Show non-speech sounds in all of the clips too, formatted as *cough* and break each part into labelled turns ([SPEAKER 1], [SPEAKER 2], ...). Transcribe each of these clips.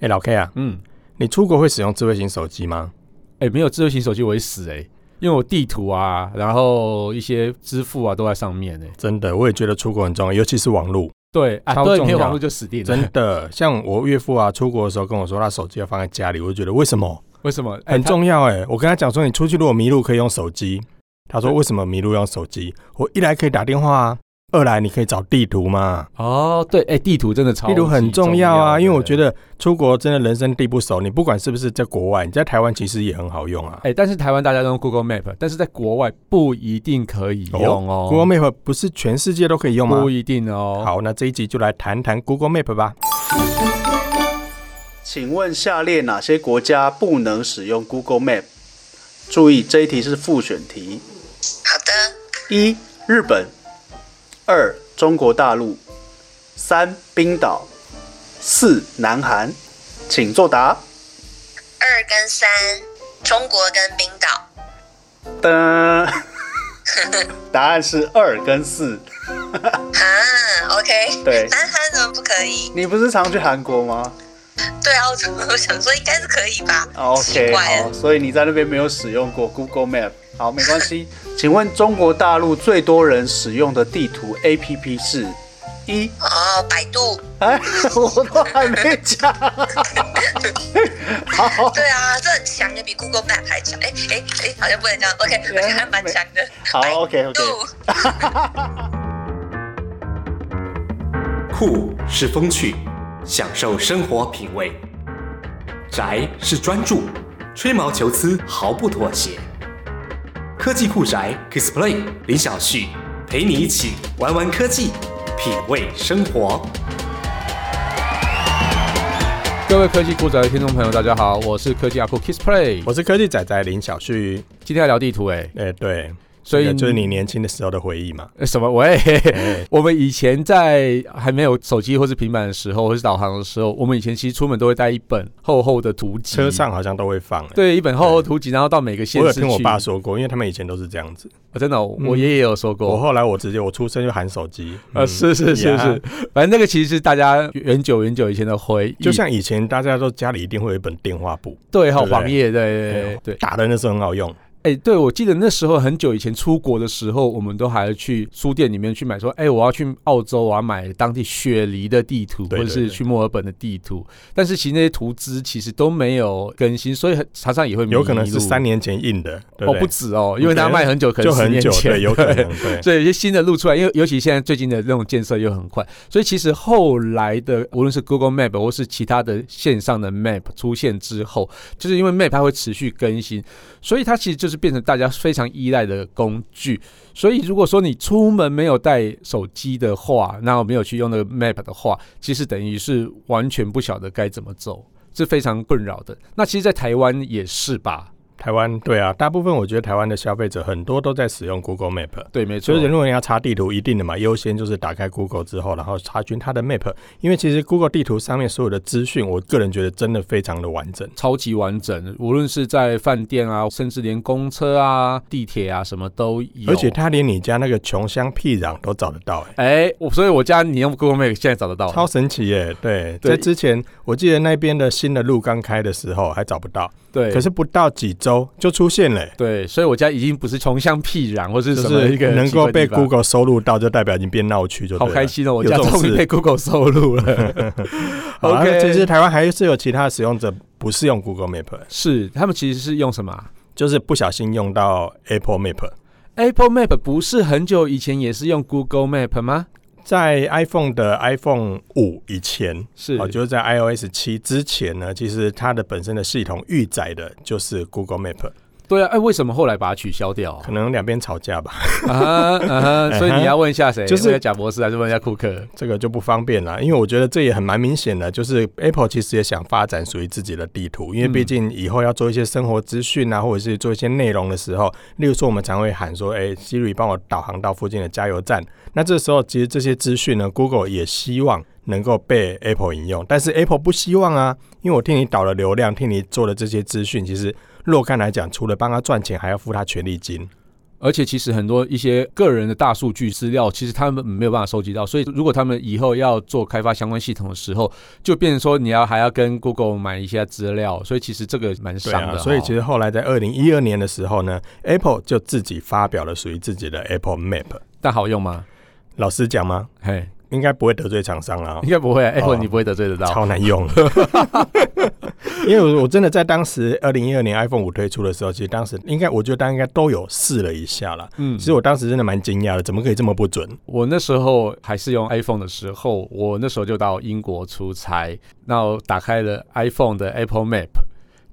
[SPEAKER 1] 哎、老 K 啊，
[SPEAKER 2] 嗯，
[SPEAKER 1] 你出国会使用智慧型手机吗？
[SPEAKER 2] 哎、没有智慧型手机我会死哎、因为我地图啊，然后一些支付啊都在上面哎、
[SPEAKER 1] 真的，我也觉得出国很重要，尤其是网络。
[SPEAKER 2] 对啊，
[SPEAKER 1] 超
[SPEAKER 2] 对，
[SPEAKER 1] 重
[SPEAKER 2] 没有
[SPEAKER 1] 要
[SPEAKER 2] 网络就死定了。
[SPEAKER 1] 真的，像我岳父啊，出国的时候跟我说，他手机要放在家里，我就觉得为什么
[SPEAKER 2] 为什么？哎
[SPEAKER 1] 很
[SPEAKER 2] 他
[SPEAKER 1] 重要哎、我跟他讲说，你出去如果迷路可以用手机。他说为什么迷路用手机？我一来可以打电话啊，二来你可以找地图嘛，
[SPEAKER 2] 哦，对，哎、地图真的超
[SPEAKER 1] 地图很
[SPEAKER 2] 级重
[SPEAKER 1] 重要啊。因为我觉
[SPEAKER 2] 得。
[SPEAKER 1] 得出国真的人生地不熟，你不管是不是在国外，你在台湾其实也很好用啊。
[SPEAKER 2] 哎、但是台湾大家都用 Google Map，但是在国外不一定可以用哦。
[SPEAKER 1] Google Map 不是全世界都可以用吗
[SPEAKER 2] 不？一定哦。，
[SPEAKER 1] 好，那这一集就来谈谈 Google Map 吧。
[SPEAKER 3] 请问下列哪些国家不能使用 Google Map？注意，这一题是复选题。
[SPEAKER 4] 好的，
[SPEAKER 3] 一、日本；二、中国大陆；三、冰岛；四、南韩。请作答。
[SPEAKER 4] 二跟三，中国跟冰岛。 *laughs*
[SPEAKER 3] 噔，答案是二跟四。
[SPEAKER 4] 啊，OK。
[SPEAKER 3] 对
[SPEAKER 4] 南韩怎么不可以？
[SPEAKER 3] 你不是常去韩国吗、
[SPEAKER 4] 对啊，我怎么我想说应该是可以吧？
[SPEAKER 3] o
[SPEAKER 4] 奇
[SPEAKER 3] k
[SPEAKER 4] 怪啊
[SPEAKER 3] 好，
[SPEAKER 4] 了，
[SPEAKER 3] 所以你在那边没有使用过 Google Map。好，没关
[SPEAKER 4] *laughs*
[SPEAKER 3] 系。请问中国大陆最多人使用的地图 APP 是？一，
[SPEAKER 4] 哦，百度。
[SPEAKER 3] 哎，我都还没讲。好，
[SPEAKER 4] 对啊，这很强的，比 Google Map 还强。哎哎哎，好像不能这样。OK，我觉得还蛮强的。
[SPEAKER 3] 好，OK，OK
[SPEAKER 4] 度
[SPEAKER 5] 酷是风趣，享受生活品味；宅是专注，吹毛求疵毫不妥协。科技酷宅 Kisplay 林小旭陪你一起玩玩科技，品味生活。
[SPEAKER 2] 各位科技酷宅的听众朋友，大家好，我是科技阿酷 Kiss Play，
[SPEAKER 1] 我是科技仔仔林小旭，
[SPEAKER 2] 今天要聊地图哎、
[SPEAKER 1] 哎、对，
[SPEAKER 2] 所以
[SPEAKER 1] 这个就是你年轻的时候的回忆嘛。
[SPEAKER 2] 呃什么？喂，
[SPEAKER 1] 哎
[SPEAKER 2] *laughs* 我们以前在还没有手机或是平板的时候，或是导航的时候，我们以前其实出门都会带一本厚厚的图集，
[SPEAKER 1] 车上好像都会放、哎
[SPEAKER 2] 对一本厚厚的图集，然后到每个县
[SPEAKER 1] 我有
[SPEAKER 2] 市
[SPEAKER 1] 听我
[SPEAKER 2] 去
[SPEAKER 1] 爸，说过，因为他们以前都是这样子。
[SPEAKER 2] 哦真的哦、我爷爷有说过，
[SPEAKER 1] 我后来我直接我出生就喊手机，
[SPEAKER 2] 呃，
[SPEAKER 1] 嗯
[SPEAKER 2] 是是是
[SPEAKER 1] 呀
[SPEAKER 2] 是，反正那个其实是大家远久远久以前的回忆，
[SPEAKER 1] 就像以前大家都家里一定会有一本电话簿，
[SPEAKER 2] 对哈
[SPEAKER 1] 对不对
[SPEAKER 2] 黄页，对对
[SPEAKER 1] 哎
[SPEAKER 2] 对对，
[SPEAKER 1] 打的那时候很好用，
[SPEAKER 2] 哎，对我记得那时候很久以前出国的时候，我们都还去书店里面去买，说，哎，我要去澳洲，我要买当地雪梨的地图，
[SPEAKER 1] 对
[SPEAKER 2] 或者是
[SPEAKER 1] 对对
[SPEAKER 2] 去墨尔本的地图，但是其实那些图资其实都没有更新，所以很常常也会迷
[SPEAKER 1] 有可能是
[SPEAKER 2] 路
[SPEAKER 1] 三。年前印的，对
[SPEAKER 2] 哦，
[SPEAKER 1] 对
[SPEAKER 2] 不止哦，因为它卖很久，可能
[SPEAKER 1] 就
[SPEAKER 2] 十
[SPEAKER 1] 很
[SPEAKER 2] 年
[SPEAKER 1] 久，
[SPEAKER 2] 前 *laughs*
[SPEAKER 1] 对，有可能
[SPEAKER 2] 对
[SPEAKER 1] 对。
[SPEAKER 2] 所以有些新的路出来，因为尤其现在最近的那种建设又很快，所以其实后来的无论是 Google Map 或是其他的线上的 Map 出现之后，就是因为 Map 它会持续更新，所以它其实就是变成大家非常依赖的工具。所以如果说你出门没有带手机的话，那我没有去用那个 Map 的话，其实等于是完全不晓得该怎么走，是非常困扰的。那其实，在台湾也是吧？
[SPEAKER 1] 台湾对啊，大部分我觉得台湾的消费者很多都在使用 Google Map。
[SPEAKER 2] 对，没错
[SPEAKER 1] 所以，。如果你要查地图，一定的嘛，优先就是打开 Google 之后，然后查询它的 Map，因为其实 Google 地图上面所有的资讯，我个人觉得真的非常的完整。
[SPEAKER 2] 超级完整，无论是在饭店啊，甚至连公车啊、地铁啊，什么都有。
[SPEAKER 1] 而且它连你家那个穷乡僻壤都找得到、欸，
[SPEAKER 2] 哎、我所以我家你用 Google Map 现在找得到，
[SPEAKER 1] 超神奇耶、对，
[SPEAKER 2] 哦对
[SPEAKER 1] 在之前我记得那边的新的路刚开的时候还找不到，
[SPEAKER 2] 对，
[SPEAKER 1] 可是不到几周就出现了、欸
[SPEAKER 2] 对，所以我家已经不是穷乡僻壤或是
[SPEAKER 1] 就
[SPEAKER 2] 什么
[SPEAKER 1] 是
[SPEAKER 2] 一个
[SPEAKER 1] 能
[SPEAKER 2] 奇怪
[SPEAKER 1] 够
[SPEAKER 2] 的
[SPEAKER 1] 被
[SPEAKER 2] 地方
[SPEAKER 1] Google 收录到，就代表已经变闹区，就对
[SPEAKER 2] 好
[SPEAKER 1] 了
[SPEAKER 2] 开心哦！我
[SPEAKER 1] 有
[SPEAKER 2] 家
[SPEAKER 1] 这种
[SPEAKER 2] 终于
[SPEAKER 1] 事
[SPEAKER 2] 被 Google 收录了。
[SPEAKER 1] *laughs* 好啊
[SPEAKER 2] OK
[SPEAKER 1] 那其实台湾还是有其他的使用者不是用 Google Map，
[SPEAKER 2] 是，他们其实是用什么啊
[SPEAKER 1] 就是不小心用到 Apple Map。
[SPEAKER 2] ？Apple Map 不是很久以前也是用 Google Map 吗？
[SPEAKER 1] 在 iPhone 的 iPhone 五以前，
[SPEAKER 2] 是
[SPEAKER 1] 哦，就是在 iOS 七之前呢，其实它的本身的系统预载的就是 Google Map，
[SPEAKER 2] 对啊，哎、为什么后来把它取
[SPEAKER 1] *laughs*
[SPEAKER 2] 消掉啊？
[SPEAKER 1] 可能两边吵架吧，
[SPEAKER 2] 啊哈啊哈，所以你要问一下谁？
[SPEAKER 1] 就是
[SPEAKER 2] 问一下贾博士还是问一下库克？
[SPEAKER 1] 这个就不方便了。因为我觉得这也很蛮明显的，就是 Apple 其实也想发展属于自己的地图，因为毕竟以后要做一些生活资讯啊，或者是做一些内容的时候，例如说我们常会喊说，哎、s i r i 帮我导航到附近的加油站。那这时候其实这些资讯呢，Google 也希望能够被 Apple 引用，但是 Apple 不希望啊，因为我替你导了流量，替你做了这些资讯，其实若干来讲，除了帮他赚钱，还要付他权利金。
[SPEAKER 2] 而且其实很多一些个人的大数据资料，其实他们没有办法收集到，所以如果他们以后要做开发相关系统的时候，就变成说你要还要跟 Google 买一些资料，所以其实这个蛮
[SPEAKER 1] 对
[SPEAKER 2] 伤的
[SPEAKER 1] 啊，
[SPEAKER 2] 哦、
[SPEAKER 1] 所以其实后来在二零一二年的时候呢，Apple 就自己发表了属于自己的 Apple Map。
[SPEAKER 2] 但好用吗？
[SPEAKER 1] 老实讲吗？
[SPEAKER 2] 嘿，
[SPEAKER 1] 应该不会得罪厂商啦、哦
[SPEAKER 2] 应，该不会、Apple 啊
[SPEAKER 1] 哦
[SPEAKER 2] *laughs* 你不会得罪得到。
[SPEAKER 1] 超难
[SPEAKER 2] *laughs*
[SPEAKER 1] 用。因为我我真的在当时二零一二年 iPhone 五推出的时候，其实当时应该我觉得大家应该都有试了一下啦。
[SPEAKER 2] 嗯
[SPEAKER 1] 其实我当时真的蛮惊讶的，怎么可以这么不准？
[SPEAKER 2] 我那时候还是用 iPhone 的时候，我那时候就到英国出差，那我打开了 iPhone 的 Apple Map，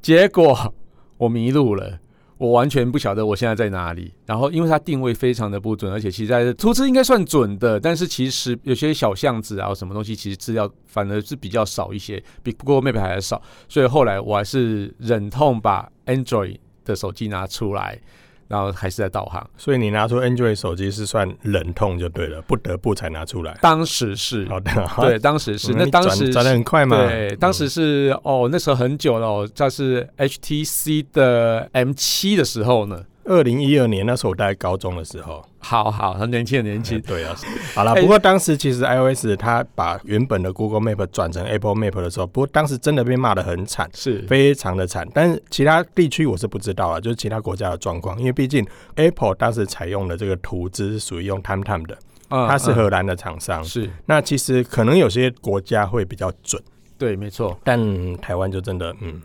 [SPEAKER 2] 结果我迷路了。我完全不晓得我现在在哪里，然后因为它定位非常的不准，而且其实在图资应该算准的，但是其实有些小巷子啊，什么东西其实资料反而是比较少一些，比 Google Map 还要少，所以后来我还是忍痛把 Android 的手机拿出来，然后还是在导航。
[SPEAKER 1] 所以你拿出 Android 手机是算忍痛就对了，不得不才拿出来。
[SPEAKER 2] 当时
[SPEAKER 1] *laughs*
[SPEAKER 2] 是
[SPEAKER 1] 好的，
[SPEAKER 2] 对，，当时是那当时
[SPEAKER 1] 转的很快嘛。
[SPEAKER 2] 对，当时是哦，那时候很久了、哦，这是 HTC 的 M 七的时候呢。
[SPEAKER 1] 二零一二年那时候我大概高中的时候，
[SPEAKER 2] 好好，很年轻，很
[SPEAKER 1] *laughs*
[SPEAKER 2] 年轻。
[SPEAKER 1] 对啊，好啦，
[SPEAKER 2] 哎
[SPEAKER 1] 不过当时其实 iOS 它把原本的 Google Map 转成 Apple Map 的时候，不过当时真的被骂得很惨，
[SPEAKER 2] 是
[SPEAKER 1] 非常的惨。但是其他地区我是不知道啊，就是其他国家的状况，因为毕竟 Apple 当时采用的这个图资是属于用 TimeTime 的，
[SPEAKER 2] 嗯
[SPEAKER 1] 它是
[SPEAKER 2] 嗯
[SPEAKER 1] 荷兰的厂商。
[SPEAKER 2] 是
[SPEAKER 1] 那其实可能有些国家会比较准，
[SPEAKER 2] 对，没错。
[SPEAKER 1] 但台湾就真的嗯，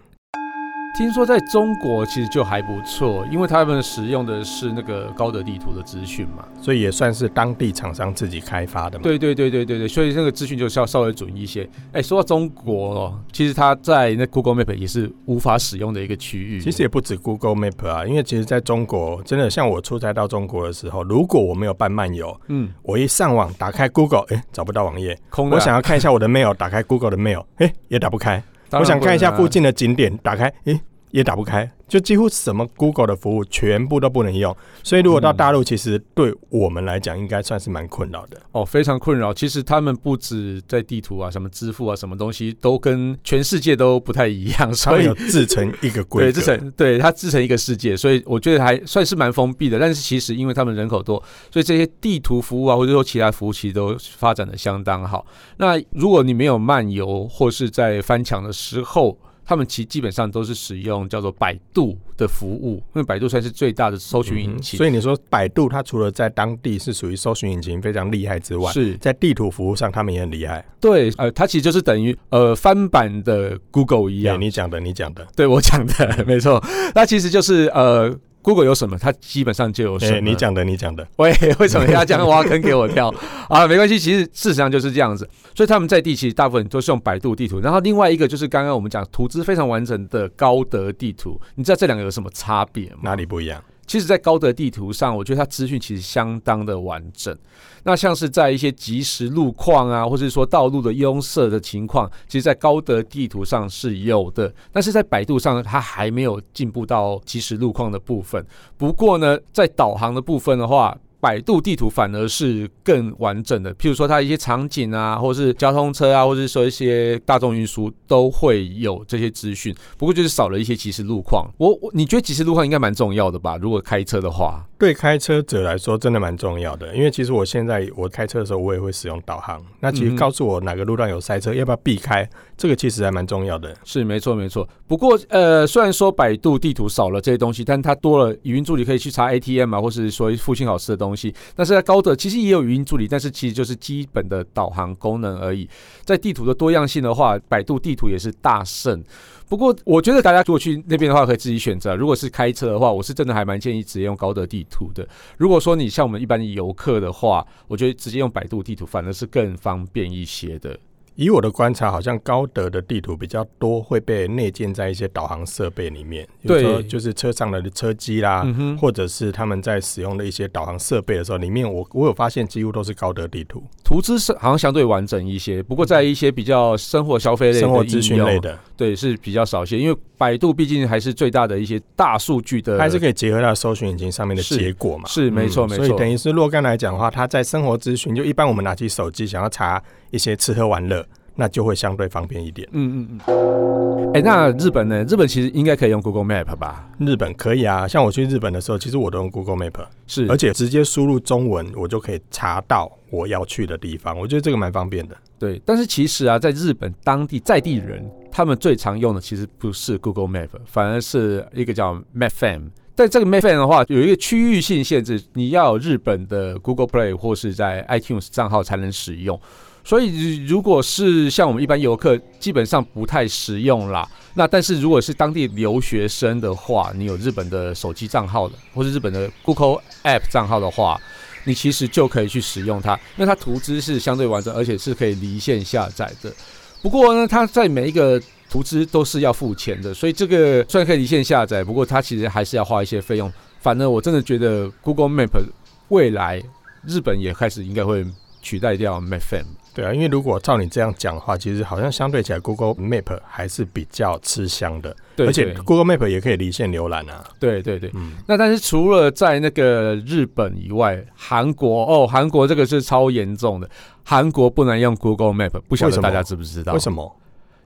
[SPEAKER 2] 听说在中国其实就还不错，因为他们使用的是那个高德地图的资讯嘛。
[SPEAKER 1] 所以也算是当地厂商自己开发的嘛。
[SPEAKER 2] 对对对对对对，所以那个资讯就是要稍微准一些。哎，说到中国哦，其实它在那 Google Map 也是无法使用的一个区域。
[SPEAKER 1] 其实也不止 Google Map 啊，因为其实在中国，真的像我出差到中国的时候，如果我没有办漫游，
[SPEAKER 2] 嗯，
[SPEAKER 1] 我一上网打开 Google，哎、找不到网页。
[SPEAKER 2] 空的啊。
[SPEAKER 1] 我想要看一下我的 mail，打开 Google 的 mail，哎、也打不开。
[SPEAKER 2] 当然
[SPEAKER 1] 我想
[SPEAKER 2] 不
[SPEAKER 1] 看一下
[SPEAKER 2] 能啊
[SPEAKER 1] 附近的景点，打开，哎、也打不开。就几乎什么 Google 的服务全部都不能用，所以如果到大陆，其实对我们来讲应该算是蛮困扰的。
[SPEAKER 2] 哦，非常困扰。其实他们不止在地图啊、什么支付啊、什么东西，都跟全世界都不太一样，
[SPEAKER 1] 他
[SPEAKER 2] 所
[SPEAKER 1] 们
[SPEAKER 2] 以
[SPEAKER 1] 有自成一个规
[SPEAKER 2] 对
[SPEAKER 1] 则，
[SPEAKER 2] 自成对它自成一个世界，所以我觉得还算是蛮封闭的。但是其实因为他们人口多，所以这些地图服务啊，或者说其他服务，其实都发展的相当好。那如果你没有漫游或是在翻墙的时候，他们其实基本上都是使用叫做百度的服务，因为百度算是最大的搜寻引
[SPEAKER 1] 嗯
[SPEAKER 2] 擎，
[SPEAKER 1] 所以你说百度它除了在当地是属于搜寻引擎非常厉害之外，
[SPEAKER 2] 是
[SPEAKER 1] 在地图服务上他们也很厉害。
[SPEAKER 2] 对，呃，它其实就是等于呃翻版的 Google 一
[SPEAKER 1] 对，
[SPEAKER 2] 样，
[SPEAKER 1] 你讲的，你讲的，
[SPEAKER 2] *laughs* 对我讲
[SPEAKER 1] 嗯
[SPEAKER 2] 的没错，那其实就是呃，Google 有什么，它基本上就有什么。
[SPEAKER 1] 哎，你，讲的，你讲的，
[SPEAKER 2] 喂， *laughs* 为什么要这样挖坑给
[SPEAKER 1] *laughs*
[SPEAKER 2] 我跳啊？没关系，其实事实上就是这样子。所以他们在地其实大部分都是用百度地图，然后另外一个就是刚刚我们讲图资非常完整的高德地图，你知道这两个有什么差别吗？
[SPEAKER 1] 哪里不一样？
[SPEAKER 2] 其实，在高德地图上，我觉得它资讯其实相当的完整。那像是在一些即时路况啊，或者是说道路的拥塞的情况，其实，在高德地图上是有的，但是在百度上，它还没有进步到即时路况的部分。不过呢，在导航的部分的话，百度地图反而是更完整的，譬如说它一些场景啊，或是交通车啊，或是说一些大众运输都会有这些资讯，不过就是少了一些即时路况。我我你觉得即时路况应该蛮重要的吧？如果开车的话，
[SPEAKER 1] 对开车者来说，真的蛮重要的，因为其实我现在我开车的时候，我也会使用导航。那其
[SPEAKER 2] 嗯
[SPEAKER 1] 实
[SPEAKER 2] 哼
[SPEAKER 1] 告诉我哪个路段有塞车，要不要避开，这个其实还蛮重要的。
[SPEAKER 2] 是没错没错。不过呃，虽然说百度地图少了这些东西，但它多了语音助理可以去查 ATM 啊，或是说复兴好吃的东西。但是在高德其实也有语音助理，但是其实就是基本的导航功能而已。在地图的多样性的话，百度地图也是大胜。不过，我觉得大家如果去那边的话，可以自己选择。如果是开车的话，我是真的还蛮建议直接用高德地图的。如果说你像我们一般的游客的话，我觉得直接用百度地图反而是更方便一些的。
[SPEAKER 1] 以我的观察，好像高德的地图比较多会被内建在一些导航设备里面，比如
[SPEAKER 2] 对
[SPEAKER 1] 说就是车上的车机啦，
[SPEAKER 2] 嗯哼
[SPEAKER 1] 或者是他们在使用的一些导航设备的时候，里面我我有发现几乎都是高德地图，
[SPEAKER 2] 图资是好像相对完整一些，不过在一些比较生活消费类的
[SPEAKER 1] 生活
[SPEAKER 2] 应
[SPEAKER 1] 资讯
[SPEAKER 2] 用
[SPEAKER 1] 类，的，
[SPEAKER 2] 对是比较少一些。因为百度毕竟还是最大的一些大数据的，
[SPEAKER 1] 它还是可以结合到搜寻引擎上面的
[SPEAKER 2] 是
[SPEAKER 1] 结果嘛？
[SPEAKER 2] 是没错
[SPEAKER 1] 嗯
[SPEAKER 2] 没
[SPEAKER 1] 所以
[SPEAKER 2] 错
[SPEAKER 1] 等于是若干来讲的话，它在生活资讯，就一般我们拿起手机想要查一些吃喝玩乐，那就会相对方便一点。
[SPEAKER 2] 嗯嗯嗯。哎、那日本呢？日本其实应该可以用 Google Map 吧？
[SPEAKER 1] 日本可以啊，像我去日本的时候，其实我都用 Google Map，
[SPEAKER 2] 是，
[SPEAKER 1] 而且直接输入中文，我就可以查到我要去的地方。我觉得这个蛮方便的。
[SPEAKER 2] 对，但是其实啊，在日本当地在地人，他们最常用的其实不是 Google Map，反而是一个叫 MapFM。但这个 MapFM 的话，有一个区域性限制，你要有日本的 Google Play 或是在 iTunes 账号才能使用。所以如果是像我们一般游客，基本上不太实用啦。那但是如果是当地留学生的话，你有日本的手机账号的，或是日本的 Google App 账号的话，你其实就可以去使用它，因为它图资是相对完整，而且是可以离线下载的。不过呢，它在每一个图资都是要付钱的，所以这个虽然可以离线下载，不过它其实还是要花一些费用。反正我真的觉得 Google Map 未来日本也开始应该会取代掉 MapFM。
[SPEAKER 1] 对啊，因为如果照你这样讲的话，其实好像相对起来，Google Map 还是比较吃香的，
[SPEAKER 2] 对
[SPEAKER 1] 而且
[SPEAKER 2] 对
[SPEAKER 1] Google Map 也可以离线浏览啊。
[SPEAKER 2] 对对对，
[SPEAKER 1] 嗯，
[SPEAKER 2] 那但是除了在那个日本以外，韩国哦，韩国这个是超严重的，韩国不能用 Google Map，不晓
[SPEAKER 1] 为
[SPEAKER 2] 得
[SPEAKER 1] 什么
[SPEAKER 2] 大家知不知道？
[SPEAKER 1] 为什么？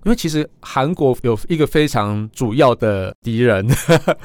[SPEAKER 2] 因为其实韩国有一个非常主要的敌人，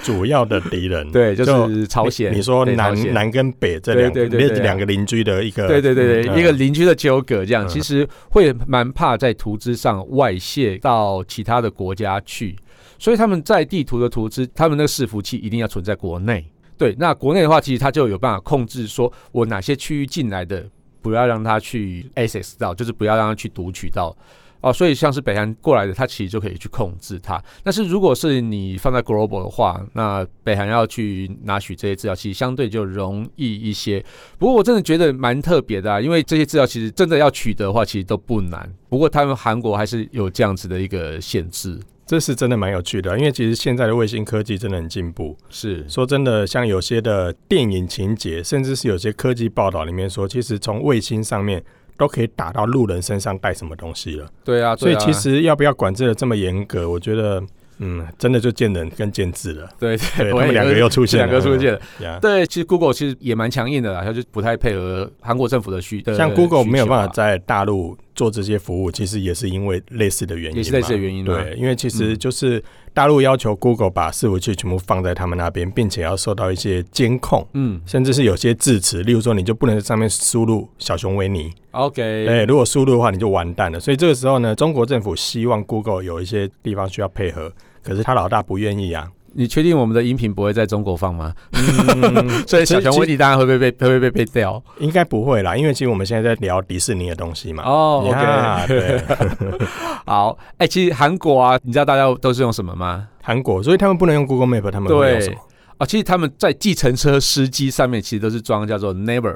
[SPEAKER 1] 主要的敌人
[SPEAKER 2] 对，就
[SPEAKER 1] 你
[SPEAKER 2] 是朝鲜。
[SPEAKER 1] 你说
[SPEAKER 2] 对朝
[SPEAKER 1] 南
[SPEAKER 2] 鲜
[SPEAKER 1] 南跟北这
[SPEAKER 2] 对
[SPEAKER 1] 两
[SPEAKER 2] 对对对
[SPEAKER 1] 两两个邻居的一个，
[SPEAKER 2] 对对对
[SPEAKER 1] 嗯
[SPEAKER 2] 对，一个邻居的纠葛，这样
[SPEAKER 1] 嗯
[SPEAKER 2] 其实会蛮怕在图资上外泄到其他的国家去，所以他们在地图的图资，他们那个伺服器一定要存在国内。对，那国内的话，其实它就有办法控制，说我哪些区域进来的，不要让它去 access 到，就是不要让它去读取到。哦，所以像是北韩过来的，它其实就可以去控制它。但是如果是你放在 global 的话，那北韩要去拿取这些资料，其实相对就容易一些。不过我真的觉得蛮特别的啊，因为这些资料其实真的要取得的话，其实都不难。不过他们韩国还是有这样子的一个限制，
[SPEAKER 1] 这是真的蛮有趣的，啊因为其实现在的卫星科技真的很进步。
[SPEAKER 2] 是
[SPEAKER 1] 说真的，像有些的电影情节，甚至是有些科技报道里面说，其实从卫星上面都可以打到路人身上带什么东西了。
[SPEAKER 2] 对啊，
[SPEAKER 1] 所
[SPEAKER 2] 对
[SPEAKER 1] 以
[SPEAKER 2] 啊
[SPEAKER 1] 其实要不要管制的这么严格，我觉得，嗯，真的就见仁跟见智了。
[SPEAKER 2] *laughs* 对
[SPEAKER 1] 对
[SPEAKER 2] 对，
[SPEAKER 1] *laughs* 他
[SPEAKER 2] 我也
[SPEAKER 1] 们两个又出现了嗯
[SPEAKER 2] 两个出现了。
[SPEAKER 1] 呀
[SPEAKER 2] 对，其实 Google 其实也蛮强硬的啦，它就不太配合韩国政府的需，的
[SPEAKER 1] 像 Google
[SPEAKER 2] 需求啊
[SPEAKER 1] 没有办法在大陆做这些服务，其实也是因为类似的原因嘛，
[SPEAKER 2] 也是类似的原因啊
[SPEAKER 1] 对，因为其实就是大陆要求 Google 把伺服器全部放在他们那边，并且要受到一些监控。
[SPEAKER 2] 嗯
[SPEAKER 1] 甚至是有些字词，例如说你就不能在上面输入小熊维尼，哎、
[SPEAKER 2] ，OK，
[SPEAKER 1] 如果输入的话你就完蛋了。所以这个时候呢，中国政府希望 Google 有一些地方需要配合，可是他老大不愿意啊。
[SPEAKER 2] 你确定我们的音频不会在中国放吗？
[SPEAKER 1] 嗯
[SPEAKER 2] *laughs* 所以小熊维尼当然会被被会被被被掉
[SPEAKER 1] 应该不会啦，因为其实我们现在在聊迪士尼的东西嘛。
[SPEAKER 2] 哦
[SPEAKER 1] 呀
[SPEAKER 2] ，OK，
[SPEAKER 1] 对，
[SPEAKER 2] 好，哎，其实韩国啊，你知道大家都是用什么吗？
[SPEAKER 1] 韩国，所以他们不能用 Google Map，他们会用什
[SPEAKER 2] 对
[SPEAKER 1] 么？，
[SPEAKER 2] 哦，其实他们在计程车司机上面其实都是装叫做 Never。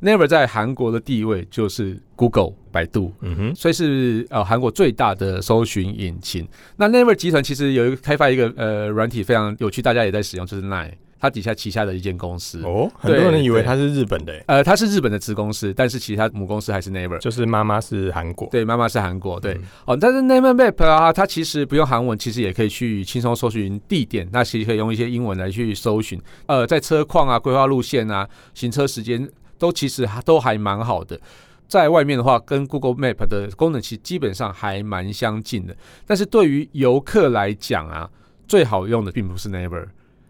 [SPEAKER 2] Never 在韩国的地位就是 Google、百度，
[SPEAKER 1] 嗯哼，
[SPEAKER 2] 所以是呃韩国最大的搜寻引擎。那 Naver 集团其实有一个开发一个呃软体非常有趣，大家也在使用，就是 Nine，它底下旗下的一间公司。
[SPEAKER 1] 哦，很多人以为它是日本的、欸
[SPEAKER 2] 呃，它是日本的子公司，但是其实它母公司还是 Naver。
[SPEAKER 1] 就是妈妈是韩国。
[SPEAKER 2] 对，妈妈是韩国，对、哦，但是 Naver Map 啊，它其实不用韩文，其实也可以去轻松搜寻地点，那其实可以用一些英文来去搜寻，呃，在车况啊、规划路线啊、行车时间都其实还都还蛮好的。在外面的话，跟 Google Map 的功能其实基本上还蛮相近的，但是对于游客来讲啊，最好用的并不是 Naver，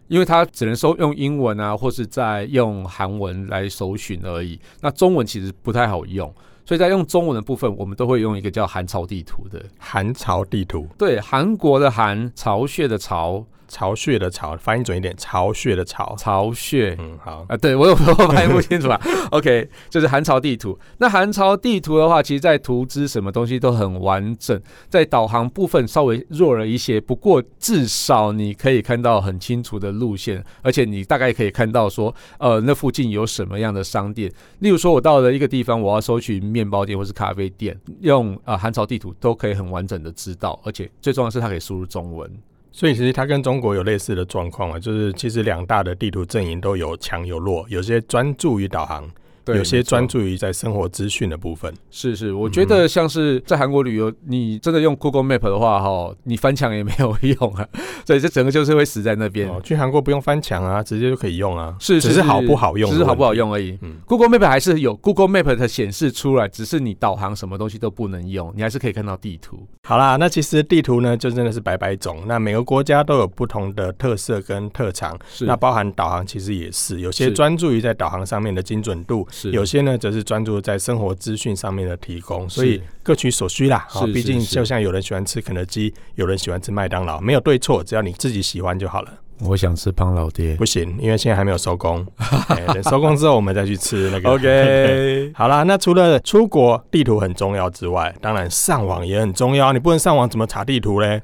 [SPEAKER 2] 因为它只能搜用英文啊，或是在用韩文来搜寻而已。那中文其实不太好用，所以在用中文的部分，我们都会用一个叫韩朝地图的。
[SPEAKER 1] 韩朝地图，
[SPEAKER 2] 对，韩国的韩，巢穴的巢，
[SPEAKER 1] 巢穴的巢，翻译准一点，巢穴的巢。
[SPEAKER 2] 巢穴。
[SPEAKER 1] 嗯，好，
[SPEAKER 2] 啊，对我有时 *laughs* 候翻译不清楚啊。OK，就是韩朝地图。那韩朝地图的话，其实在图资什么东西都很完整，在导航部分稍微弱了一些，不过至少你可以看到很清楚的路线，而且你大概可以看到说，呃，那附近有什么样的商店。例如说，我到了一个地方，我要搜寻面包店或是咖啡店，用呃韩朝地图都可以很完整的知道，而且最重要的是它可以输入中文。
[SPEAKER 1] 所以其实它跟中国有类似的状况啊，就是其实两大的地图阵营都有强有弱，有些专注于导航，
[SPEAKER 2] 对
[SPEAKER 1] 有些
[SPEAKER 2] 没错
[SPEAKER 1] 专注于在生活资讯的部分。
[SPEAKER 2] 是
[SPEAKER 1] 嗯
[SPEAKER 2] 是，我觉得像是在韩国旅游，你真的用 Google Map 的话，哈，你翻墙也没有用啊， *laughs* 所以这整个就是会死在那边。
[SPEAKER 1] 哦，去韩国不用翻墙啊，直接就可以用啊，
[SPEAKER 2] 是，
[SPEAKER 1] 只是好不好用，
[SPEAKER 2] 只是好不好。用而已。
[SPEAKER 1] 嗯
[SPEAKER 2] Google Map 还是有 Google Map 的显示出来，只是你导航什么东西都不能用，你还是可以看到地图。
[SPEAKER 1] 好啦，那其实地图呢，就真的是百百种。那每个国家都有不同的特色跟特长，
[SPEAKER 2] 是
[SPEAKER 1] 那包含导航其实也是，有些
[SPEAKER 2] 是
[SPEAKER 1] 专注于在导航上面的精准度，
[SPEAKER 2] 是
[SPEAKER 1] 有些呢则是专注在生活资讯上面的提供，所以
[SPEAKER 2] 是
[SPEAKER 1] 各取所需啦。好，
[SPEAKER 2] 是
[SPEAKER 1] 毕
[SPEAKER 2] 是
[SPEAKER 1] 竟
[SPEAKER 2] 是
[SPEAKER 1] 就像有人喜欢吃肯德基，有人喜欢吃麦当劳，没有对错，只要你自己喜欢就好了。
[SPEAKER 2] 我想吃胖老爹。
[SPEAKER 1] 不行，因为现在还没有收
[SPEAKER 2] *laughs*
[SPEAKER 1] 工，哎等收工之后我们再去吃那个。 *laughs*
[SPEAKER 2] OK，
[SPEAKER 1] 好啦，那除了出国地图很重要之外，当然上网也很重要。你不能上网怎么查地图嘞？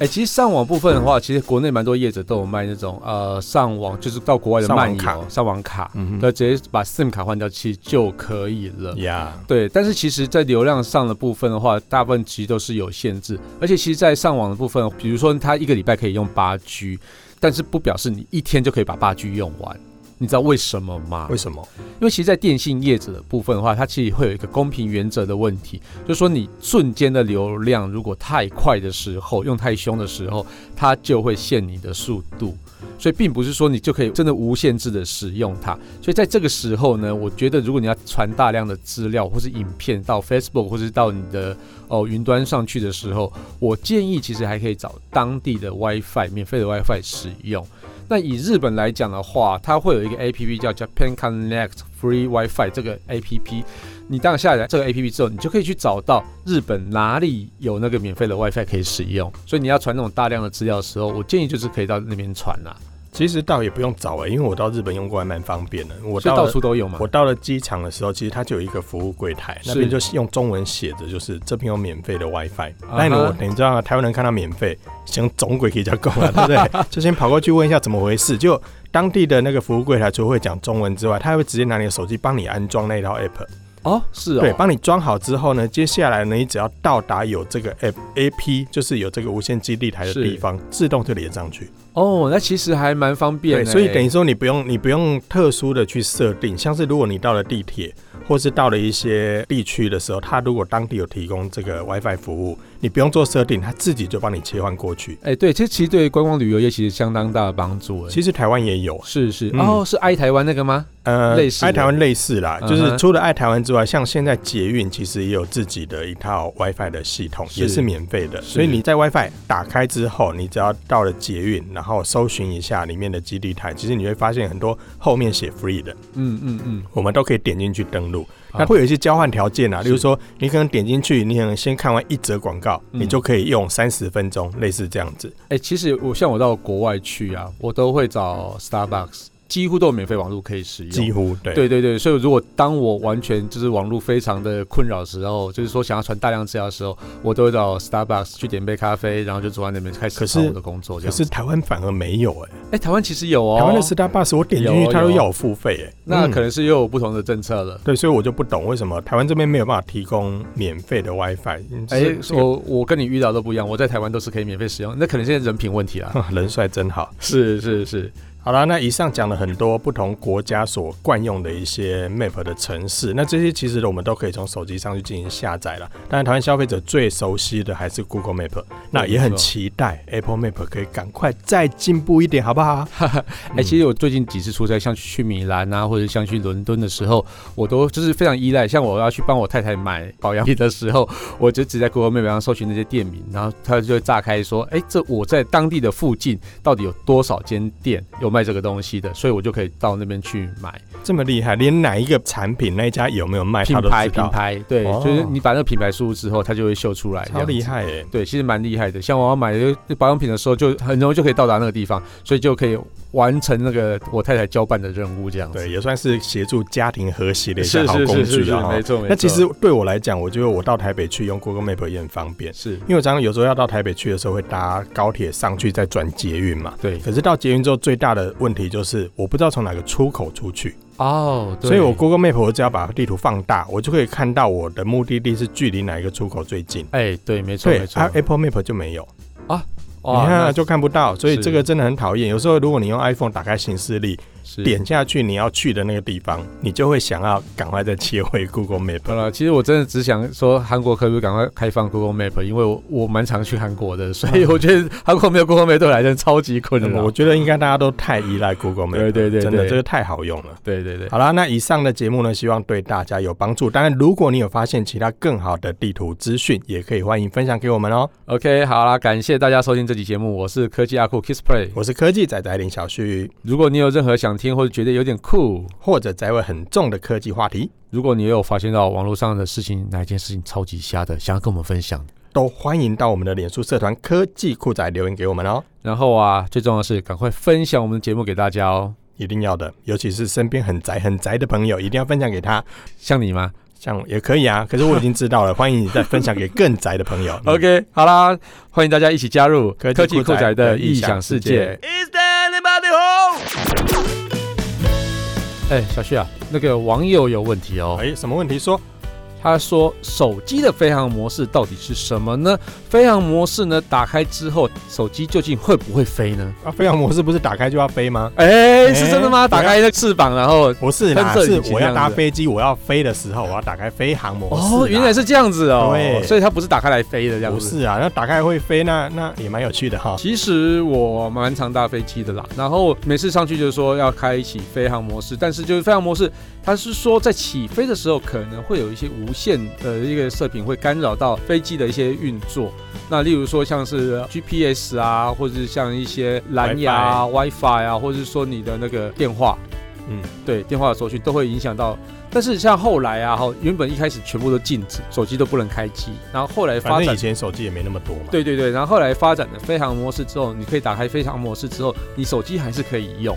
[SPEAKER 2] 哎、其实上网部分的话，其实国内蛮多业者都有卖那种呃上网，就是到国外的
[SPEAKER 1] 上网
[SPEAKER 2] 漫游
[SPEAKER 1] 卡
[SPEAKER 2] 上网卡，
[SPEAKER 1] 嗯
[SPEAKER 2] 那、直接把 SIM 卡换掉，其实就可以了。
[SPEAKER 1] 呀
[SPEAKER 2] 对，但是其实，在流量上的部分的话，大部分其实都是有限制，而且其实，在上网的部分，比如说它一个礼拜可以用八 G，但是不表示你一天就可以把八 G 用完。你知道为什么吗？
[SPEAKER 1] 为什么？
[SPEAKER 2] 因为其实，在电信业者的部分的话，它其实会有一个公平原则的问题，就是说你瞬间的流量如果太快的时候，用太凶的时候，它就会限你的速度。所以并不是说你就可以真的无限制的使用它，所以在这个时候呢，我觉得如果你要传大量的资料或是影片到 Facebook 或是到你的哦云端上去的时候，我建议其实还可以找当地的 WiFi 免费的 WiFi 使用。那以日本来讲的话，它会有一个
[SPEAKER 1] 嗯
[SPEAKER 2] A P P 叫 Japan Connect Free WiFi 这个 A P P，你当下载这个 A P P 之后，你就可以去找到日本哪里有那个免费的 WiFi 可以使用。所以你要传那种大量的资料的时候，我建议就是可以到那边传啊啦、
[SPEAKER 1] 其实倒也不用找哎、因为我到日本用过还蛮方便的。我
[SPEAKER 2] 所以
[SPEAKER 1] 到
[SPEAKER 2] 到
[SPEAKER 1] 了
[SPEAKER 2] 处都有嘛
[SPEAKER 1] 我。到了机场的时候，其实它就有一个服务柜台，那
[SPEAKER 2] 是
[SPEAKER 1] 边就是用中文写着，就是这边有免费的 WiFi。
[SPEAKER 2] 啊哈
[SPEAKER 1] 那、我你知道吗？台湾人看到免费，想总鬼可以叫够了，
[SPEAKER 2] *laughs*
[SPEAKER 1] 对不对？就先跑过去问一下怎么回事。就当地的那个服务柜台，除了会讲中文之外，他还会直接拿你的手机帮你安装那一套 app。
[SPEAKER 2] 哦，是哦，
[SPEAKER 1] 对，帮你装好之后呢，接下来呢，你只要到达有这个 app A P，就是有这个无线基地台的
[SPEAKER 2] 是
[SPEAKER 1] 地方，自动就连上去。
[SPEAKER 2] 哦，那其实还蛮方便
[SPEAKER 1] 对，
[SPEAKER 2] 的。
[SPEAKER 1] 所以等于说你不用你不用特殊的去设定，像是如果你到了地铁或是到了一些地区的时候，它如果当地有提供这个 WiFi 服务，你不用做设定，它自己就帮你切换过去。
[SPEAKER 2] 哎、对，这其实对观光旅游业其实相当大的帮助。哎
[SPEAKER 1] 其实台湾也有，
[SPEAKER 2] 是是，
[SPEAKER 1] 嗯
[SPEAKER 2] 哦，是爱台湾那个吗？
[SPEAKER 1] 呃，
[SPEAKER 2] 类似的
[SPEAKER 1] 爱台湾类似啦，
[SPEAKER 2] 嗯
[SPEAKER 1] 就
[SPEAKER 2] 哼
[SPEAKER 1] 是除了爱台湾之外，像现在捷运其实也有自己的一套 WiFi 的系统，
[SPEAKER 2] 是
[SPEAKER 1] 也是免费的。所以你在 WiFi 打开之后，你只要到了捷运，然后搜寻一下里面的基地台，其实你会发现很多后面写 free 的，
[SPEAKER 2] 嗯嗯嗯，
[SPEAKER 1] 我们都可以点进去登录。
[SPEAKER 2] 啊
[SPEAKER 1] 那会有一些交换条件啊，例如说你可能点进去，你可能先看完一则广告，
[SPEAKER 2] 嗯
[SPEAKER 1] 你就可以用三十分钟，类似这样子。
[SPEAKER 2] 哎、其实我像我到国外去啊，我都会找 Starbucks，几乎都有免费网络可以使用。
[SPEAKER 1] 几乎对，
[SPEAKER 2] 对对对，所以如果当我完全就是网络非常的困扰的时候，就是说想要传大量资料的时候，我都会到 Starbucks 去点杯咖啡，然后就坐在那边开
[SPEAKER 1] 可
[SPEAKER 2] 始
[SPEAKER 1] 是
[SPEAKER 2] 做我的工作。这
[SPEAKER 1] 可
[SPEAKER 2] 样子
[SPEAKER 1] 是，台湾反而没有哎、
[SPEAKER 2] 哎、台湾其实有哦，
[SPEAKER 1] 台湾的 Starbucks 我点进
[SPEAKER 2] 有
[SPEAKER 1] 去，它都
[SPEAKER 2] 有
[SPEAKER 1] 要我付费哎、
[SPEAKER 2] 那
[SPEAKER 1] 嗯
[SPEAKER 2] 可能是又有不同的政策了。
[SPEAKER 1] 对，所以我就不懂为什么台湾这边没有办法提供免费的 WiFi。嗯
[SPEAKER 2] 哎、
[SPEAKER 1] 这这个
[SPEAKER 2] 我我跟你遇到都不一样，我在台湾都是可以免费使用，那可能现在人品问
[SPEAKER 1] *laughs*
[SPEAKER 2] 题啦。
[SPEAKER 1] *laughs* 人帅真好。
[SPEAKER 2] 是是是，
[SPEAKER 1] 好啦，那以上讲了很多不同国家所惯用的一些 Map 的城市，那这些其实我们都可以从手机上去进行下载了。当然，台湾消费者最熟悉的还是 Google Map，那也很期待 Apple Map 可以赶快再进步一点，好不好？
[SPEAKER 2] 哎、其
[SPEAKER 1] 嗯
[SPEAKER 2] 实我最近几次出差，像去米兰啊，或者像去伦敦的时候，我都就是非常依赖。像我要去帮我太太买保养品的时候，我就只在 Google Map 上搜寻那些店名，然后他就会炸开说：“哎、这我在当地的附近到底有多少间店有卖这个东西的？”所以我就可以到那边去买
[SPEAKER 1] 这么厉害，连哪一个产品那一家有没有卖，
[SPEAKER 2] 品
[SPEAKER 1] 他都
[SPEAKER 2] 牌
[SPEAKER 1] 知
[SPEAKER 2] 品
[SPEAKER 1] 道，
[SPEAKER 2] 牌，对，
[SPEAKER 1] 哦
[SPEAKER 2] 就是你把那个品牌输入之后，它就会秀出来，这
[SPEAKER 1] 超
[SPEAKER 2] 样子
[SPEAKER 1] 厉害耶、
[SPEAKER 2] 对，其实蛮厉害的。像我要买保养品的时候，就很容易就可以到达那个地方，所以就可以完成那个我太太交办的任务，这样子。
[SPEAKER 1] 对，也算是协助家庭和谐的一
[SPEAKER 2] 哦是
[SPEAKER 1] 个好
[SPEAKER 2] 是
[SPEAKER 1] 工
[SPEAKER 2] 是是
[SPEAKER 1] 具啊
[SPEAKER 2] 是，
[SPEAKER 1] 了哈
[SPEAKER 2] 没。错没错。
[SPEAKER 1] 那其实对我来讲，我觉得我到台北去用 Google Map 也很方便，
[SPEAKER 2] 是
[SPEAKER 1] 因为我常常有时候要到台北去的时候会搭高铁上去，再转捷运嘛。
[SPEAKER 2] 对
[SPEAKER 1] 可是到捷运之后，最大的问题就是我不知道从哪个出口出去，
[SPEAKER 2] 哦，对
[SPEAKER 1] 所以我 Google Map 我只要把地图放大，我就可以看到我的目的地是距离哪一个出口最近。
[SPEAKER 2] 哎对，没错
[SPEAKER 1] 对
[SPEAKER 2] 没，错
[SPEAKER 1] 啊。，Apple Map 就没有。你看
[SPEAKER 2] 那
[SPEAKER 1] 啊就看不到，所以
[SPEAKER 2] 是
[SPEAKER 1] 这个真的很讨厌。有时候如果你用 iPhone 打开行事历，
[SPEAKER 2] 是
[SPEAKER 1] 点下去你要去的那个地方，你就会想要赶快再切回 Google
[SPEAKER 2] 好
[SPEAKER 1] Map。
[SPEAKER 2] 了，其实我真的只想说，韩国可不可以赶快开放 Google Map？因为我我蛮常去韩国的，所以我觉得
[SPEAKER 1] *laughs*
[SPEAKER 2] 韩国没有 Google Map 对我来讲超级困
[SPEAKER 1] 那么
[SPEAKER 2] 扰
[SPEAKER 1] 我。觉得应该大家都太依赖 Google Map，啊
[SPEAKER 2] 对对对
[SPEAKER 1] 真的
[SPEAKER 2] 对
[SPEAKER 1] 这个太好用了。
[SPEAKER 2] 对对对，
[SPEAKER 1] 好啦，那以上的节目呢，希望对大家有帮助。当然，如果你有发现其他更好的地图资讯，也可以欢迎分享给我们哦。
[SPEAKER 2] OK，好啦，感谢大家收听这期节目，我是科技阿酷 Kiss Play。
[SPEAKER 1] 我是科技仔仔林小旭，
[SPEAKER 2] 如果你有任何想听或者觉得有点酷，
[SPEAKER 1] 或者在位很重的科技话题，
[SPEAKER 2] 如果你有发现到网络上的事情，哪一件事情超级瞎的，想要跟我们分享，
[SPEAKER 1] 都欢迎到我们的脸书社团科技酷仔留言给我们哦，
[SPEAKER 2] 然后啊，最重要的是赶快分享我们的节目给大家哦。
[SPEAKER 1] 一定要的，尤其是身边很宅很宅的朋友，一定要分享给他。
[SPEAKER 2] 像你吗、
[SPEAKER 1] 像也可以啊，可是我已经知道
[SPEAKER 2] *laughs*
[SPEAKER 1] 了，欢迎你再分享给更宅的朋友。嗯
[SPEAKER 2] o k 好啦，欢迎大家一起加入
[SPEAKER 1] 科技
[SPEAKER 2] 科技
[SPEAKER 1] 酷
[SPEAKER 2] 酷
[SPEAKER 1] 宅
[SPEAKER 2] 宅
[SPEAKER 1] 的
[SPEAKER 2] 的
[SPEAKER 1] 异
[SPEAKER 2] 异
[SPEAKER 1] 想
[SPEAKER 2] 想
[SPEAKER 1] 世
[SPEAKER 2] 世
[SPEAKER 1] 界
[SPEAKER 2] 界。
[SPEAKER 5] Is there anybody home？
[SPEAKER 2] 哎，小旭啊，那个网友有问题哦，
[SPEAKER 1] 哎，什么问题说？
[SPEAKER 2] 他说手机的飞行模式到底是什么呢？飞行模式呢，打开之后，手机究竟会不会飞呢？
[SPEAKER 1] 啊，飞行模式不是打开就要飞吗？
[SPEAKER 2] 哎，
[SPEAKER 1] 哎
[SPEAKER 2] 是真的吗？
[SPEAKER 1] 对啊
[SPEAKER 2] 打开那个翅膀，然后
[SPEAKER 1] 不是啦，
[SPEAKER 2] 喷射
[SPEAKER 1] 是
[SPEAKER 2] 引擎
[SPEAKER 1] 我
[SPEAKER 2] 这
[SPEAKER 1] 要
[SPEAKER 2] 样
[SPEAKER 1] 搭
[SPEAKER 2] 子
[SPEAKER 1] 飞机，我要飞的时候，我要打开飞行模式啦。
[SPEAKER 2] 哦，原来是这样子哦
[SPEAKER 1] 对，
[SPEAKER 2] 所以它不是打开来飞的这样
[SPEAKER 1] 不
[SPEAKER 2] 子。
[SPEAKER 1] 是啊？那打开会飞，那那也蛮有趣的哈。
[SPEAKER 2] 其实我蛮常搭飞机的啦，然后每次上去就是说要开启飞行模式，但是就是飞行模式，它是说在起飞的时候可能会有一些无线的一个射频会干扰到飞机的一些运作。那例如说像是 GPS 啊，或者是像一些蓝牙啊、WiFi 啊，或者是说你的那个电话，
[SPEAKER 1] 嗯，
[SPEAKER 2] 对电话的收讯都会影响到。但是像后来啊，哈，原本一开始全部都禁止，手机都不能开机，然后后来发
[SPEAKER 1] 反正
[SPEAKER 2] 展
[SPEAKER 1] 以前手机也没那么多嘛。
[SPEAKER 2] 对对对，然后后来发展了飞行模式之后，你可以打开飞行模式之后，你手机还是可以用。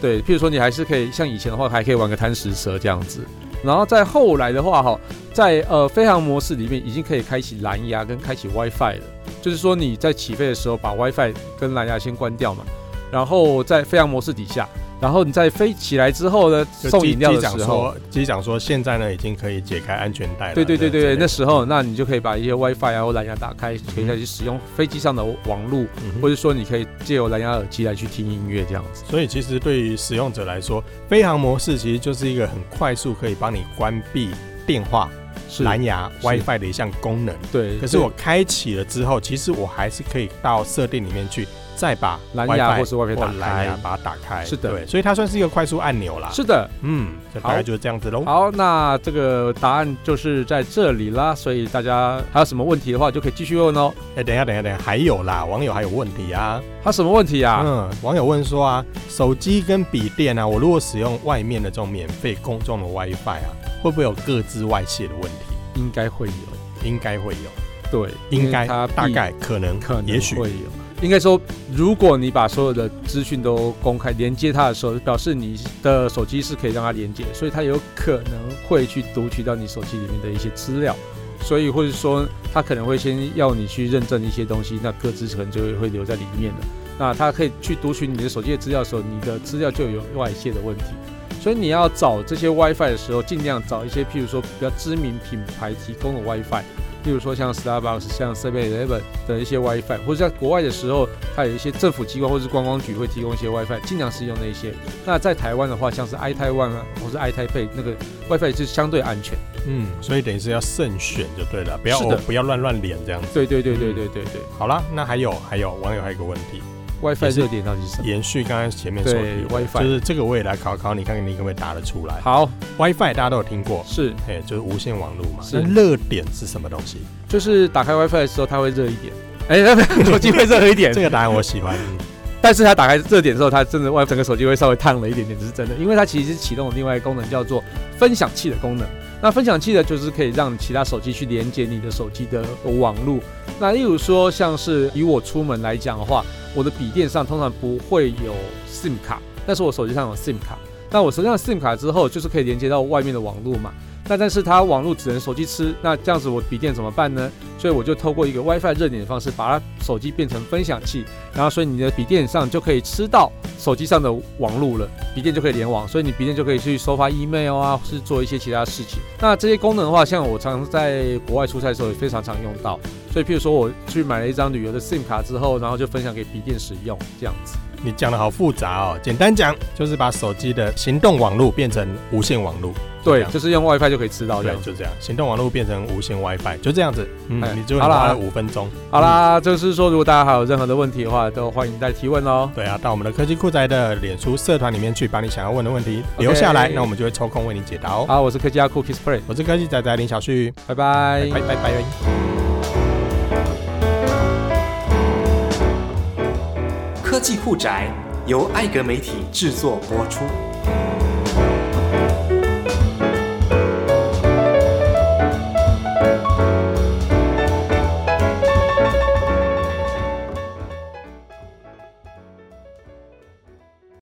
[SPEAKER 2] 对，譬如说你还是可以像以前的话，还可以玩个贪食蛇这样子。然后在后来的话，哈，在呃飞行模式里面已经可以开启蓝牙跟开启 WiFi 了，就是说你在起飞的时候把 WiFi 跟蓝牙先关掉嘛，然后在飞行模式底下，然后你在飞起来之后呢，
[SPEAKER 1] 就
[SPEAKER 2] 送
[SPEAKER 1] 机
[SPEAKER 2] 饮料
[SPEAKER 1] 机
[SPEAKER 2] 的
[SPEAKER 1] 长
[SPEAKER 2] 时候，
[SPEAKER 1] 说，机长说现在呢已经可以解开安全带了。
[SPEAKER 2] 对对对对
[SPEAKER 1] 这
[SPEAKER 2] 对，
[SPEAKER 1] 样
[SPEAKER 2] 那
[SPEAKER 1] 之
[SPEAKER 2] 时候那你就可以把一些 WiFi 啊或蓝牙打开，可以再去使用飞机上的网络
[SPEAKER 1] 类的嗯哼
[SPEAKER 2] 或者说你可以借由蓝牙耳机来去听音乐这样子。
[SPEAKER 1] 所以其实对于使用者来说，飞行模式其实就是一个很快速可以帮你关闭电话、
[SPEAKER 2] 是
[SPEAKER 1] 蓝牙、
[SPEAKER 2] 是
[SPEAKER 1] WiFi 的一项功能。
[SPEAKER 2] 对，
[SPEAKER 1] 可是我开启了之后，其实我还是可以到设定里面去，再把
[SPEAKER 2] 蓝牙
[SPEAKER 1] WiFi
[SPEAKER 2] 或是 WiFi
[SPEAKER 1] 或
[SPEAKER 2] 打开
[SPEAKER 1] 蓝牙把它打开。
[SPEAKER 2] 是的
[SPEAKER 1] 对，所以它算是一个快速按钮啦。
[SPEAKER 2] 是的。
[SPEAKER 1] 嗯，就大概就是这样子喽。
[SPEAKER 2] 好，那这个答案就是在这里啦，所以大家还有什么问题的话就可以继续问哦。
[SPEAKER 1] 哎、等一下，等一下，等一下，还有啦，网友还有问题啊。
[SPEAKER 2] 还有什么问题啊？
[SPEAKER 1] 嗯，网友问说啊，手机跟笔电啊，我如果使用外面的这种免费公众的 WiFi 啊，会不会有各自外泄的问题？
[SPEAKER 2] 应该会有，
[SPEAKER 1] 应该会有，
[SPEAKER 2] 对，
[SPEAKER 1] 应该
[SPEAKER 2] 因为它
[SPEAKER 1] 大
[SPEAKER 2] 必
[SPEAKER 1] 概可能
[SPEAKER 2] 可能
[SPEAKER 1] 也许
[SPEAKER 2] 会有。应该说，如果你把所有的资讯都公开连接它的时候，表示你的手机是可以让它连接，所以它有可能会去读取到你手机里面的一些资料，所以或者说它可能会先要你去认证一些东西，那各自可能就会会留在里面了。那它可以去读取你的手机的资料的时候，你的资料就有外泄的问题。所以你要找这些 WiFi 的时候，尽量找一些譬如说比较知名品牌提供的 WiFi，例如说像 Starbucks、像 Seven Eleven 的一些 WiFi，或者在国外的时候，它有一些政府机关或是观光局会提供一些 WiFi，尽量是用那些。那在台湾的话，像是 i 台湾啊，或是 i 台北那个 WiFi 是相对安全。
[SPEAKER 1] 嗯，所以等于是要慎选就对了，不要哦
[SPEAKER 2] 是的
[SPEAKER 1] 不要乱乱连这样子。
[SPEAKER 2] 对对对对对对对
[SPEAKER 1] 好啦，那还有还有网友还有一个问题，也
[SPEAKER 2] ，WiFi
[SPEAKER 1] 是
[SPEAKER 2] 热点到底是什么？
[SPEAKER 1] 延续刚刚前面说
[SPEAKER 2] 对
[SPEAKER 1] 的，就
[SPEAKER 2] ，WiFi。
[SPEAKER 1] 是这个我也来考考你，看看你可不可以答得出来。
[SPEAKER 2] 好，
[SPEAKER 1] WiFi 大家都有听过，
[SPEAKER 2] 是
[SPEAKER 1] 哎、就是无线网络嘛。
[SPEAKER 2] 是
[SPEAKER 1] 那热点是什么东
[SPEAKER 2] *laughs*
[SPEAKER 1] 西？
[SPEAKER 2] 就是打开 WiFi 的时候，它会热一点。哎， *laughs* 手机会热一点
[SPEAKER 1] 这，个答案我喜欢。嗯
[SPEAKER 2] 但是它打开热点之后，它真的外整个手机会稍微烫了一点点，这是真的，因为它其实是启动了另外一个功能叫做分享器的功能。那分享器呢，就是可以让其他手机去连接你的手机的网络。那例如说，像是以我出门来讲的话，我的笔电上通常不会有 SIM 卡，但是我手机上有 SIM 卡。那我手机上有 SIM 卡之后，就是可以连接到外面的网络嘛。那但是它网络只能手机吃，那这样子我笔电怎么办呢？所以我就透过一个 WiFi 热点的方式，把它手机变成分享器，然后所以你的笔电上就可以吃到手机上的网路了，笔电就可以联网，所以你笔电就可以去收发 email 啊，或是做一些其他事情。那这些功能的话，像我常常在国外出差的时候也非常常用到，所以譬如说我去买了一张旅游的 SIM 卡之后，然后就分享给笔电使用，这样子。
[SPEAKER 1] 你讲的好复杂哦，简单讲就是把手机的行动网络变成无线网络，
[SPEAKER 2] 对，
[SPEAKER 1] 就
[SPEAKER 2] 就是用 WiFi 就可以吃
[SPEAKER 1] 这
[SPEAKER 2] 到这
[SPEAKER 1] 样
[SPEAKER 2] 样
[SPEAKER 1] 对，
[SPEAKER 2] 子。
[SPEAKER 1] 就这样，行动网络变成无线 WiFi，就这样子，嗯
[SPEAKER 2] 哎，
[SPEAKER 1] 你就花
[SPEAKER 2] 好啦
[SPEAKER 1] 了五分钟。
[SPEAKER 2] 好啦，就是说如果大家还有任何的问题的话，都欢迎再提问哦。
[SPEAKER 1] 对啊，到我们的科技酷宅的脸书社团里面去，把你想要问的问题留下来，那我们就会抽空为你解答哦。
[SPEAKER 2] 好，我是科技阿酷 Kiss Play，
[SPEAKER 1] 我是科技宅宅林小旭，
[SPEAKER 2] 拜拜。
[SPEAKER 1] 拜拜拜。
[SPEAKER 5] 科技酷宅由艾格媒体制作播出。